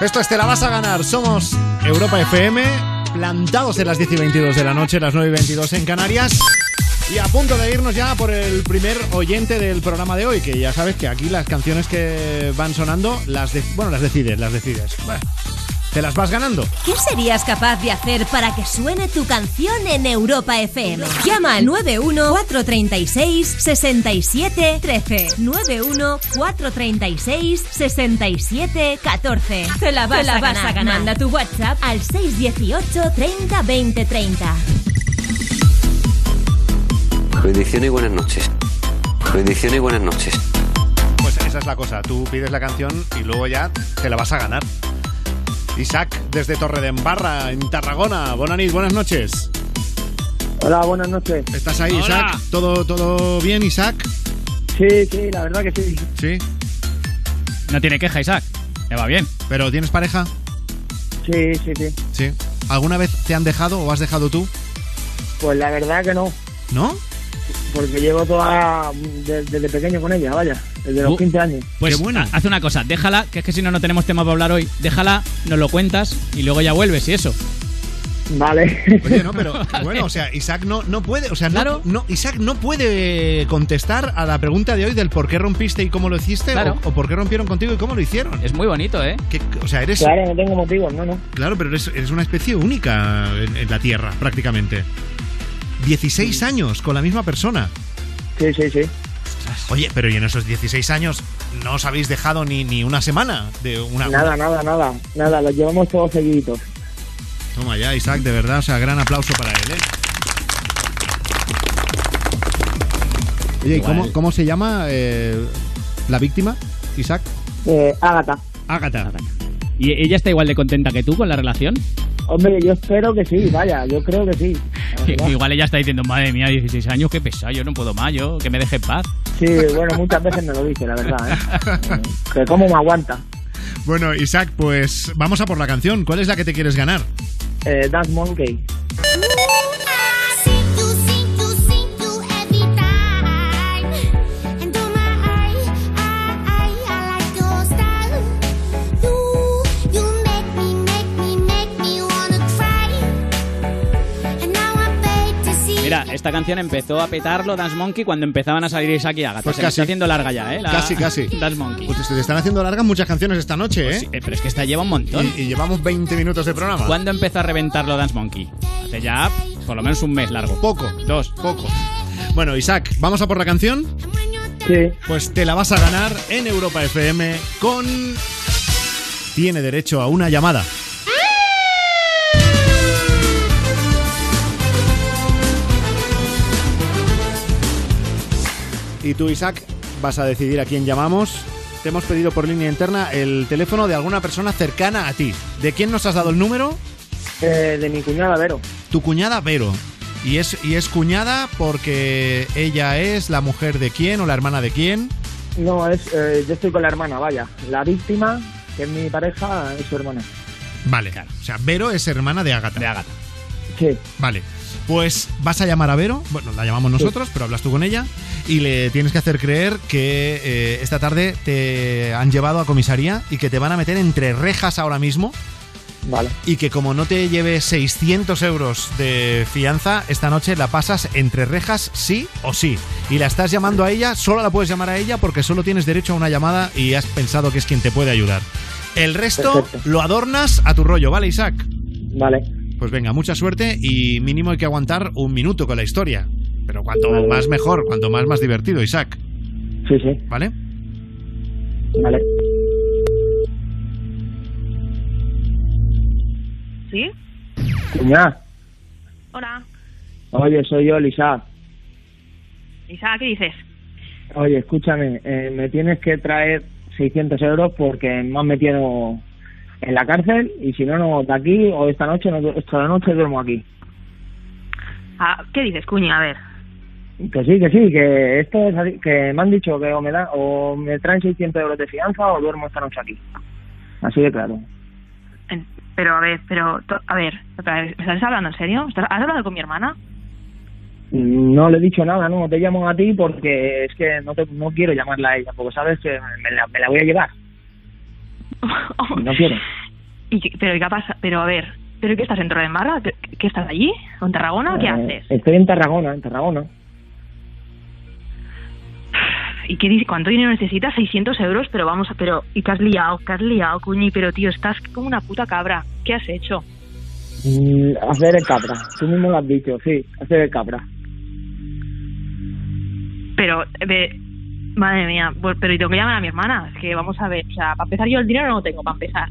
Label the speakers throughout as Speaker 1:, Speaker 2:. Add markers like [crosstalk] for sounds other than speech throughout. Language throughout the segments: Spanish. Speaker 1: Esto es Te la vas a ganar. Somos Europa FM, plantados en las 10 y 22 de la noche, las 9 y 22 en Canarias. Y a punto de irnos ya por el primer oyente del programa de hoy, que ya sabes que aquí las canciones que van sonando, las de- bueno, las decides, las decides. Bueno, te las vas ganando.
Speaker 2: ¿Qué serías capaz de hacer para que suene tu canción en Europa FM? Llama al 91-436-6713. 91-436-6714. Te la vas, a, ganar. Manda tu WhatsApp al 618 30 20 30.
Speaker 3: Bendiciones y buenas noches. Bendiciones y buenas noches.
Speaker 1: Pues esa es la cosa. Tú pides la canción y luego ya te la vas a ganar. Isaac, desde Torredembarra, en Tarragona. Bonanis, buenas noches.
Speaker 4: Hola, buenas noches.
Speaker 1: ¿Estás ahí,
Speaker 4: Hola.
Speaker 1: Isaac? ¿Todo, ¿Todo bien, Isaac?
Speaker 4: Sí, sí, la verdad que sí.
Speaker 1: Sí.
Speaker 5: No tiene queja, Isaac. Le va bien.
Speaker 1: ¿Pero tienes pareja?
Speaker 4: Sí, sí, sí.
Speaker 1: Sí. ¿Alguna vez te han dejado o has dejado tú?
Speaker 4: Pues la verdad que no,
Speaker 1: ¿No?
Speaker 4: porque llevo toda desde, desde pequeño con ella, vaya, desde los
Speaker 5: Uh.
Speaker 4: 15 años.
Speaker 5: Pues
Speaker 1: Qué bueno.
Speaker 5: ha- hace una cosa, déjala, que es que si no, no tenemos tema para hablar hoy. Déjala, nos lo cuentas y luego ya vuelves y eso.
Speaker 4: Vale.
Speaker 1: Oye, no,
Speaker 5: [laughs]
Speaker 1: pero bueno, o sea, Isaac no, no puede, o sea, no,
Speaker 5: Claro.
Speaker 1: no, Isaac no puede contestar a la pregunta de hoy del por qué rompiste y cómo lo hiciste
Speaker 5: Claro.
Speaker 1: o, o por qué rompieron contigo y cómo lo hicieron.
Speaker 5: Es muy bonito, ¿eh?
Speaker 1: Que- o sea, eres
Speaker 4: Claro, no tengo motivos, no, no.
Speaker 1: Claro, pero eres, eres una especie única en, en la Tierra, prácticamente. 16 años con la misma persona.
Speaker 4: Sí, sí, sí.
Speaker 1: Oye, pero ¿y en esos 16 años no os habéis dejado ni, ni una semana de una...
Speaker 4: Nada, nada, nada, nada, los llevamos todos seguiditos.
Speaker 1: Toma ya, Isaac, de verdad, o sea, gran aplauso para él, ¿eh? Oye, ¿y cómo, cómo se llama eh, la víctima, Isaac?
Speaker 4: Eh, Ágata.
Speaker 1: Ágata.
Speaker 5: ¿Y ella está igual de contenta que tú con la relación?
Speaker 4: Hombre, yo espero que sí, vaya, yo creo que sí. la verdad.
Speaker 5: Igual ella está diciendo, madre mía, 16 años, qué pesado, yo no puedo más, yo, que me deje en paz.
Speaker 4: Sí, bueno, muchas veces me lo dice, la verdad, ¿eh? Que cómo me aguanta.
Speaker 1: Bueno, Isaac, pues vamos a por la canción. ¿Cuál es la que te quieres ganar?
Speaker 4: Eh, Dance Monkey.
Speaker 5: Mira, esta canción empezó a petarlo Dance Monkey cuando empezaban a salir Isaac y Agatha.
Speaker 1: Pues
Speaker 5: Se me
Speaker 1: casi.
Speaker 5: está haciendo larga ya, ¿eh? La-
Speaker 1: Casi, casi.
Speaker 5: Dance Monkey.
Speaker 1: Pues se te están haciendo largas muchas canciones esta noche, ¿eh?
Speaker 5: Sí, eh, pero es que esta lleva un montón.
Speaker 1: Y, y llevamos 20 minutos de programa.
Speaker 5: ¿Cuándo empezó a reventarlo Dance Monkey? Hace ya por lo menos un mes largo.
Speaker 1: Poco.
Speaker 5: Dos.
Speaker 1: Poco. Bueno, Isaac, ¿vamos a por la canción?
Speaker 4: Sí.
Speaker 1: Pues te la vas a ganar en Europa FM con... Tiene derecho a una llamada. Y tú, Isaac, vas a decidir a quién llamamos. Te hemos pedido por línea interna el teléfono de alguna persona cercana a ti. ¿De quién nos has dado el número?
Speaker 4: Eh, de mi cuñada Vero.
Speaker 1: tu cuñada Vero. Y es, y es cuñada porque ella es la mujer de quién o la hermana de quién.
Speaker 4: No, es, eh, yo estoy con la hermana, vaya. La víctima, que es mi pareja, es su hermana.
Speaker 1: Vale, o sea, Vero es hermana de Ágata.
Speaker 5: De Agatha.
Speaker 4: Sí,
Speaker 1: Vale, pues vas a llamar a Vero, bueno, la llamamos nosotros, pero hablas tú con ella, y le tienes que hacer creer que eh, esta tarde te han llevado a comisaría y que te van a meter entre rejas ahora mismo
Speaker 4: vale.
Speaker 1: y que como no te lleves 600 euros de fianza, esta noche la pasas entre rejas sí o sí. Y la estás llamando a ella, solo la puedes llamar a ella porque solo tienes derecho a una llamada y has pensado que es quien te puede ayudar. El resto
Speaker 4: Perfecto.
Speaker 1: lo adornas a tu rollo, ¿vale, Isaac?
Speaker 4: Vale,
Speaker 1: Pues venga, mucha suerte y mínimo hay que aguantar un minuto con la historia. Pero cuanto más mejor, cuanto más más divertido, Isaac,
Speaker 4: sí, sí,
Speaker 1: ¿vale?
Speaker 4: vale.
Speaker 6: ¿Sí?
Speaker 4: Cuñada,
Speaker 6: Hola.
Speaker 4: oye, soy yo, Lisa.
Speaker 6: Isa, ¿qué dices?
Speaker 4: Oye, escúchame, eh, me tienes que traer 600 euros porque me han metido en la cárcel y si no, no, de aquí o esta noche, no, esta noche duermo aquí.
Speaker 6: Ah, ¿Qué dices, cuña? A ver.
Speaker 4: Que sí, que sí, que esto es así, que me han dicho que o me, da, o me traen 600 euros de fianza o duermo esta noche aquí. Así de claro.
Speaker 6: En- Pero, a ver, pero... to- A ver, otra vez, ¿me estás hablando en serio? ¿Estás- ¿Has hablado con mi hermana?
Speaker 4: No le he dicho nada, no, te llamo a ti porque es que no, te, no quiero llamarla a ella, porque sabes que me la, me la voy a llevar. No quiero.
Speaker 6: [laughs] ¿Y qué- pero, ¿y qué ha pasado? Pero a ver, ¿pero qué estás en Torre de Marra? ¿Qué, qué estás allí? ¿O en Tarragona? Ah, ¿Qué
Speaker 4: Eh,
Speaker 6: haces?
Speaker 4: Estoy en Tarragona, en Tarragona.
Speaker 6: ¿Y qué, dices? cuánto dinero necesitas? 600 euros, pero vamos, a- pero ¿y qué has liado? ¿Qué has liado, cuñi? Pero tío, estás como una puta cabra. ¿Qué has hecho?
Speaker 4: Mm, hacer el capra. Tú mismo lo has dicho, sí, hacer el capra.
Speaker 6: Pero, ve- madre mía, bu- pero y tengo que llamar a mi hermana. Es que vamos a ver, o sea, para empezar yo el dinero no lo tengo para empezar.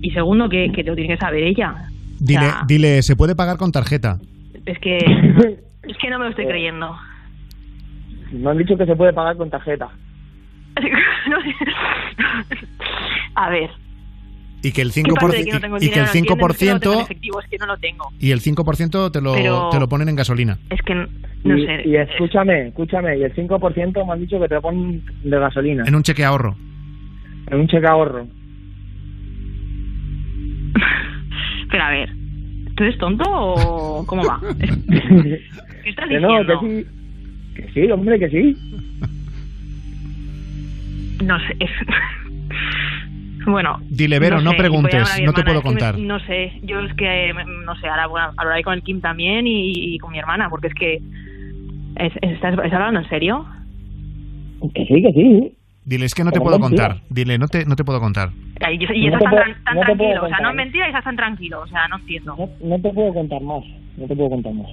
Speaker 6: Y segundo, que, que te lo tiene que saber ella.
Speaker 1: Dile,
Speaker 6: Ya.
Speaker 1: dile, se puede pagar con tarjeta. [laughs]
Speaker 6: Es que, es que no me lo estoy creyendo.
Speaker 4: [laughs]
Speaker 6: [laughs]
Speaker 4: Me han dicho que se puede pagar con tarjeta.
Speaker 6: No sé. A ver,
Speaker 1: Y que el
Speaker 6: ¿qué
Speaker 1: 5%,
Speaker 6: parte de que no tengo el
Speaker 1: y, y que
Speaker 6: dinero
Speaker 1: el
Speaker 6: lo entiendes? Es que no lo tengo en
Speaker 1: 5%,
Speaker 6: efectivo, es que no lo tengo.
Speaker 1: y el 5 te lo,
Speaker 6: Pero-
Speaker 1: te lo ponen en gasolina.
Speaker 6: Es que n- no
Speaker 4: y,
Speaker 6: sé. eh,
Speaker 4: y escúchame, escúchame, y el 5% me han dicho que te lo ponen de gasolina,
Speaker 1: En un cheque ahorro.
Speaker 4: en un cheque ahorro.
Speaker 6: Pero a ver, ¿tú eres tonto o cómo
Speaker 4: [laughs]
Speaker 6: va? ¿Qué estás
Speaker 4: Que no, que
Speaker 6: diciendo?
Speaker 4: sí, que sí, hombre, que sí.
Speaker 6: No sé. [laughs] bueno.
Speaker 1: Dile, Vero, no
Speaker 6: sé,
Speaker 1: preguntes,
Speaker 6: voy a hablar a mi
Speaker 1: no te puedo
Speaker 6: hermana, es que me-
Speaker 1: contar.
Speaker 6: no sé, yo es que, eh, no sé, ahora voy a- hablaré con el Kim también y, y con mi hermana, porque es que. ¿es- es- ¿Estás estás hablando en serio?
Speaker 4: Que sí, que sí.
Speaker 1: Dile, es que no te
Speaker 4: Pero
Speaker 1: puedo
Speaker 4: mentira.
Speaker 1: contar. Dile, no te, no te puedo contar.
Speaker 6: Ay, Y, y
Speaker 4: No
Speaker 6: estás
Speaker 4: te
Speaker 6: tan,
Speaker 4: puedo-
Speaker 6: tran- tan
Speaker 4: no te puedo
Speaker 6: tranquilo, o sea,
Speaker 4: contar,
Speaker 6: no es
Speaker 4: ¿eh?
Speaker 6: mentira y estás tan tranquilo, o sea, no entiendo.
Speaker 4: No, no te puedo contar más, no te puedo contar más.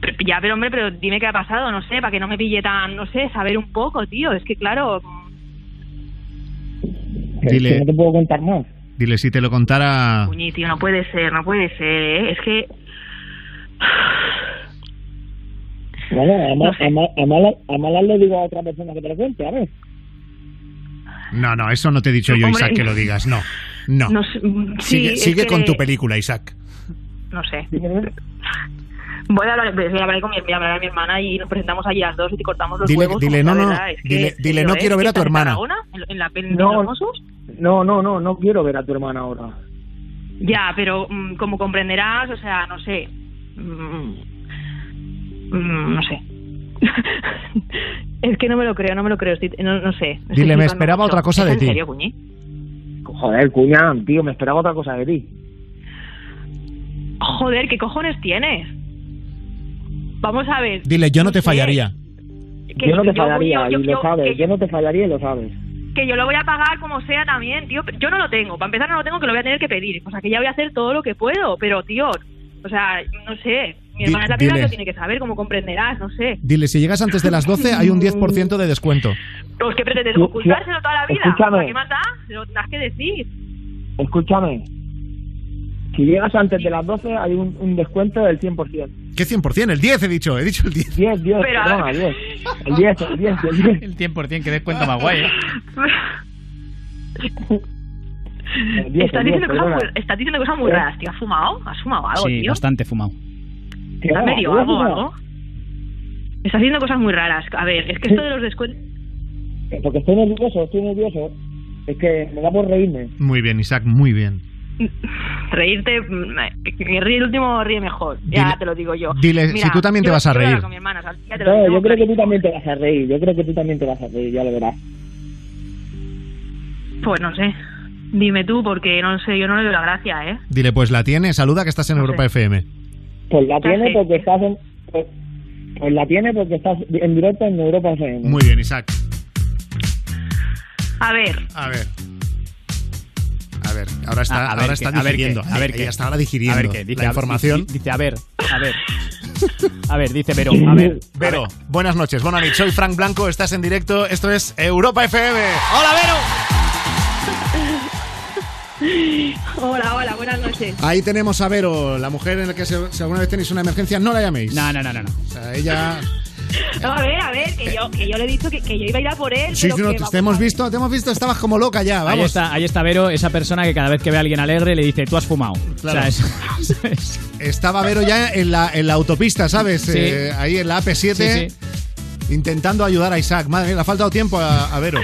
Speaker 6: Pero- ya, pero hombre, pero dime qué ha pasado, no sé, para que no me pille tan, no sé, saber un poco, tío, es que claro.
Speaker 4: Que-
Speaker 1: Dile.
Speaker 4: que no te puedo contar más.
Speaker 1: Dile, si te lo contara...
Speaker 6: Puñi, tío, no puede ser, no puede ser, ¿eh? es que.
Speaker 4: Bueno, además,
Speaker 6: No sé.
Speaker 4: además, además- además le digo a otra persona que te lo cuente, a ver.
Speaker 1: No, no, eso no te he dicho yo,
Speaker 6: Hombre.
Speaker 1: Isaac, que lo digas. No, no.
Speaker 6: No, sé, mm, sí,
Speaker 1: sigue
Speaker 6: es
Speaker 1: sigue
Speaker 6: que-
Speaker 1: con tu película, Isaac.
Speaker 6: No sé.
Speaker 4: Dime,
Speaker 6: Voy a hablar, voy a hablar con mi, voy a hablar a mi hermana y nos presentamos allí las dos y te cortamos los
Speaker 1: Dile-
Speaker 6: huevos.
Speaker 1: dile,
Speaker 6: como
Speaker 1: no,
Speaker 6: la
Speaker 1: no,
Speaker 6: verdad, es que-
Speaker 1: dile-
Speaker 6: es que
Speaker 1: dile,
Speaker 6: yo,
Speaker 1: no
Speaker 6: ¿eh?
Speaker 1: quiero ver a tu
Speaker 6: ¿Estás en
Speaker 1: hermana.
Speaker 6: Tarragona? ¿En, en la peli
Speaker 4: No.
Speaker 6: de los Mossos?
Speaker 4: No, no, no, no quiero ver a tu hermana ahora.
Speaker 6: Ya, pero mm, como comprenderás, o sea, no sé. Mm, mm, no sé. [laughs] es que no me lo creo, no me lo creo. estoy- no, no sé. estoy
Speaker 1: Dile, me
Speaker 6: flipando
Speaker 1: esperaba otra cosa
Speaker 6: ¿Es
Speaker 1: de
Speaker 6: en
Speaker 1: ti.
Speaker 6: serio, cuñi?
Speaker 4: Joder, cuñán, tío, me esperaba otra cosa de ti.
Speaker 6: Joder, ¿qué cojones tienes? Vamos a ver.
Speaker 1: Dile, yo no te
Speaker 6: sé,
Speaker 1: fallaría.
Speaker 6: que
Speaker 4: yo no te
Speaker 6: yo-
Speaker 4: fallaría,
Speaker 6: yo-
Speaker 4: y lo
Speaker 6: yo-
Speaker 4: sabes,
Speaker 6: que
Speaker 4: yo no te fallaría y lo sabes.
Speaker 6: que yo lo voy a pagar como sea también, tío. Yo no lo tengo. Para empezar, no lo tengo, que lo voy a tener que pedir. O sea, que ya voy a hacer todo lo que puedo. Pero, tío, o sea, no sé. Mi
Speaker 1: Di-
Speaker 6: hermana es la
Speaker 1: dile.
Speaker 6: primera que lo tiene que saber, como comprenderás, no sé.
Speaker 1: Dile, si llegas antes de las 12 hay un 10% de descuento.
Speaker 6: Pues que pretendes
Speaker 4: Sí, sí.
Speaker 6: ocultárselo toda la vida.
Speaker 4: Escúchame.
Speaker 6: ¿Para qué más da? Lo tendrás que decir.
Speaker 4: Escúchame, si llegas antes de las 12 hay un, un descuento del 100%.
Speaker 1: ¿Qué 100%? El 10 he dicho, he dicho el 10.
Speaker 4: 10, 10,
Speaker 6: Pero, a
Speaker 4: perdona,
Speaker 6: ver.
Speaker 4: 10. El 10, el 10, el 10.
Speaker 5: El 100%, que descuento más guay, ¿eh?
Speaker 4: El 10,
Speaker 6: [laughs] estás,
Speaker 4: el 10,
Speaker 6: diciendo cosas
Speaker 4: perdona.
Speaker 6: muy, estás diciendo cosas muy
Speaker 4: Eh.
Speaker 6: raras, tío. ¿Has fumado? ¿Has fumado algo,
Speaker 5: Sí,
Speaker 6: tío?
Speaker 5: bastante fumado.
Speaker 4: ¿Qué
Speaker 6: ¿Has
Speaker 4: va,
Speaker 6: bebido
Speaker 4: tío,
Speaker 6: algo o
Speaker 4: tío?
Speaker 6: algo? Estás haciendo cosas muy raras. A ver, es que esto de los descuentos...
Speaker 4: Eh, Porque estoy nervioso, estoy nervioso. Es que me da por reírme.
Speaker 1: Muy bien, Isaac, muy bien.
Speaker 6: reírte mm, que ríe el último ríe mejor ya
Speaker 1: Dile-
Speaker 6: te lo digo yo
Speaker 1: dile, si tú también te
Speaker 6: yo-
Speaker 1: vas a
Speaker 6: yo voy hablar
Speaker 1: reír.
Speaker 6: con mi hermana, o sea, ya te lo
Speaker 4: No,
Speaker 6: digo
Speaker 4: yo creo que tú
Speaker 6: clarito.
Speaker 4: también te vas a reír, yo creo que tú también te vas a reír, ya lo verás.
Speaker 6: pues no sé dime tú porque no sé yo no le veo la gracia eh
Speaker 1: Dile, pues la tiene, saluda que estás en
Speaker 6: No
Speaker 1: Europa
Speaker 6: sé.
Speaker 1: FM.
Speaker 4: Pues la tiene
Speaker 6: Perfecto.
Speaker 4: porque estás en... Pues, pues la tiene porque estás en directo en Europa FM.
Speaker 1: Muy bien, Isaac.
Speaker 6: a ver
Speaker 1: A ver. A ver, ahora está,
Speaker 5: A- a ver
Speaker 1: ahora
Speaker 5: qué,
Speaker 1: está
Speaker 5: a ver
Speaker 1: digiriendo.
Speaker 5: qué, a ver
Speaker 1: Ella
Speaker 5: qué.
Speaker 1: está ahora digiriendo
Speaker 5: A ver qué, dice.
Speaker 1: la
Speaker 5: a-
Speaker 1: información.
Speaker 5: di- Dice, a ver, a
Speaker 1: [laughs]
Speaker 5: ver. A ver, dice Vero, a ver.
Speaker 1: Vero, buenas noches, buenas noches. Soy Frank Blanco, estás en directo. Esto es Europa FM. ¡Hola, Vero!
Speaker 6: hola hola buenas noches
Speaker 1: Ahí tenemos a Vero, la mujer en la que se- si alguna vez tenéis una emergencia, no la llaméis.
Speaker 5: No, no, no, no. no.
Speaker 1: O sea, ella.
Speaker 6: no, a ver a ver que yo que yo le he dicho que, que yo iba a ir a por él
Speaker 1: Sí,
Speaker 6: pero
Speaker 1: sí, no,
Speaker 6: que
Speaker 1: te,
Speaker 6: vamos
Speaker 1: te
Speaker 6: a
Speaker 1: hemos
Speaker 6: ver.
Speaker 1: visto, te hemos visto, estabas como loca ya,
Speaker 5: Ahí
Speaker 1: vamos.
Speaker 5: está, ahí está Vero, esa persona que cada vez que ve a alguien alegre le dice, tú has fumado.
Speaker 1: Claro.
Speaker 5: O sea, es- [laughs] es-
Speaker 1: Estaba Vero ya en la, en la autopista, ¿sabes?
Speaker 5: Sí.
Speaker 1: Eh, ahí en la AP7,
Speaker 5: sí, sí.
Speaker 1: intentando ayudar a Isaac. Madre mía, le ha faltado tiempo a, a
Speaker 5: [laughs]
Speaker 1: Vero.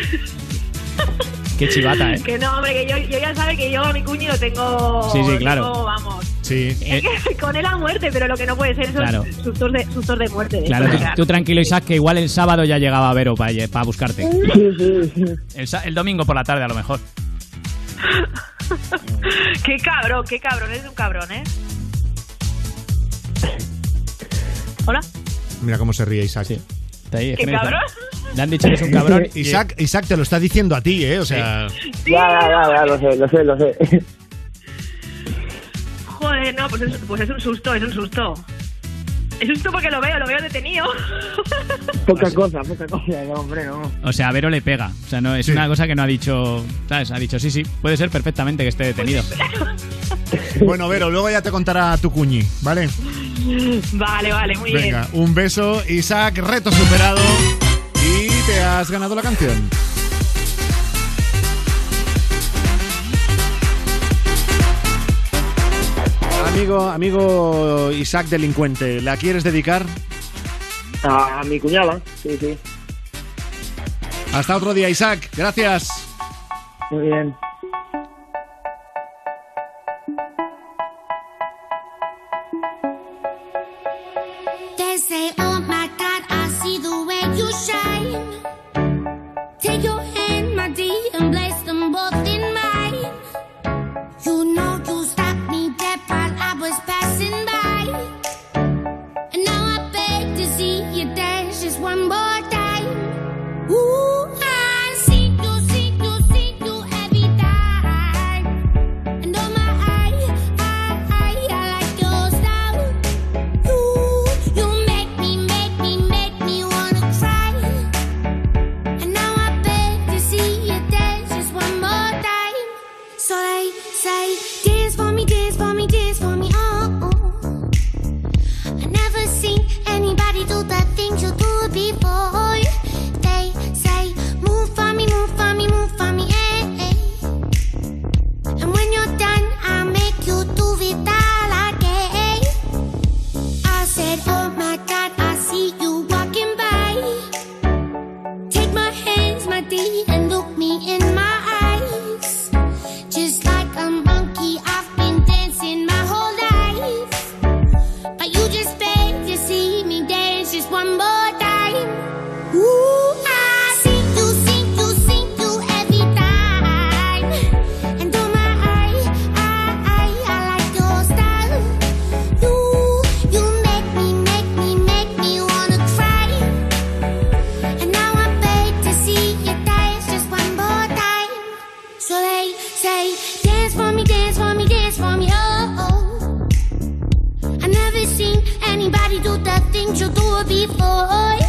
Speaker 5: Qué chivata, ¿eh?
Speaker 6: que no hombre que yo, yo ya sabe que yo a mi cuñi lo tengo
Speaker 5: Sí, sí, claro.
Speaker 6: lo tengo, vamos
Speaker 1: Sí.
Speaker 5: Eh,
Speaker 6: [laughs] con él a muerte pero lo que no puede ser son
Speaker 5: Claro.
Speaker 6: sustos de sustos de muerte de
Speaker 5: Claro,
Speaker 6: esto,
Speaker 5: tú,
Speaker 6: o sea,
Speaker 5: tú tranquilo, Isaac, que igual el sábado ya llegaba Vero para
Speaker 6: [laughs]
Speaker 5: buscarte.
Speaker 4: Sí, sí, sí.
Speaker 5: El, sa- el domingo por la tarde, a lo mejor.
Speaker 6: [laughs] Qué cabrón, qué cabrón, eres un cabrón, ¿eh? Hola.
Speaker 1: Mira cómo se ríe Isaac.
Speaker 5: Sí. Eh, Está ahí, es
Speaker 6: ¿Qué
Speaker 5: que me dicen-
Speaker 6: cabrón?
Speaker 5: Le han dicho que es un cabrón.
Speaker 1: [laughs]
Speaker 5: y-
Speaker 1: Isaac, Isaac te lo está diciendo a ti, ¿eh? O sea,
Speaker 6: Sí,
Speaker 4: Ya, ya, ya, ya, lo sé, lo sé, lo sé.
Speaker 6: Joder, no, pues es, pues es un susto, es un susto. Es un susto porque lo veo, lo veo detenido. [laughs]
Speaker 4: Poca cosa, poca cosa, no, hombre, no.
Speaker 5: O sea, a Vero le pega. O sea, no, es
Speaker 1: Sí.
Speaker 5: una cosa que no ha dicho. ¿Sabes? Ha dicho, sí, sí, puede ser perfectamente que esté detenido.
Speaker 1: bueno, Vero, luego ya te contará tu cuñi, ¿vale?
Speaker 6: vale, vale, muy bien.
Speaker 1: Venga, un beso, Isaac, reto superado. Y te has ganado la canción. Amigo, amigo Isaac delincuente, ¿la quieres dedicar?
Speaker 4: A Ah, mi cuñada, sí, sí.
Speaker 1: Hasta otro día, Isaac. Gracias.
Speaker 4: Muy bien.
Speaker 7: They say, Oh my God, I see the way you shine. Take your hand, my dear, and place them both in mine. You know you stopped me dead while I was passing by, and now I beg to see you dance just one more time. Ooh, I see you, see you, see you every time, and oh my, I, I, I like your style. You, you make me, make me, make me wanna cry. And now I beg to see you dance just one more time. So they say, dance for me, dance for me, dance for me, oh. I never seen anybody do the things you do before. They say, move for me, move for me, move for me, eh. And when you're done, I make you do it all again. I said, Oh my god, I see you walking by. Take my hands, my dear, and look me in my eyes. Just like a monkey, I've been dancing my whole life. But you just beg to see me dance just one more time. Ooh, I see you, see you, see you every time. And oh my, I, I, I like your style. You, you make me, make me, make me wanna cry. And now I beg to see you dance just one more time. So they say, dance for me, dance for me, dance for me, oh. oh. I never seen anybody do the things you do before. Oh, eh, ah, Oh,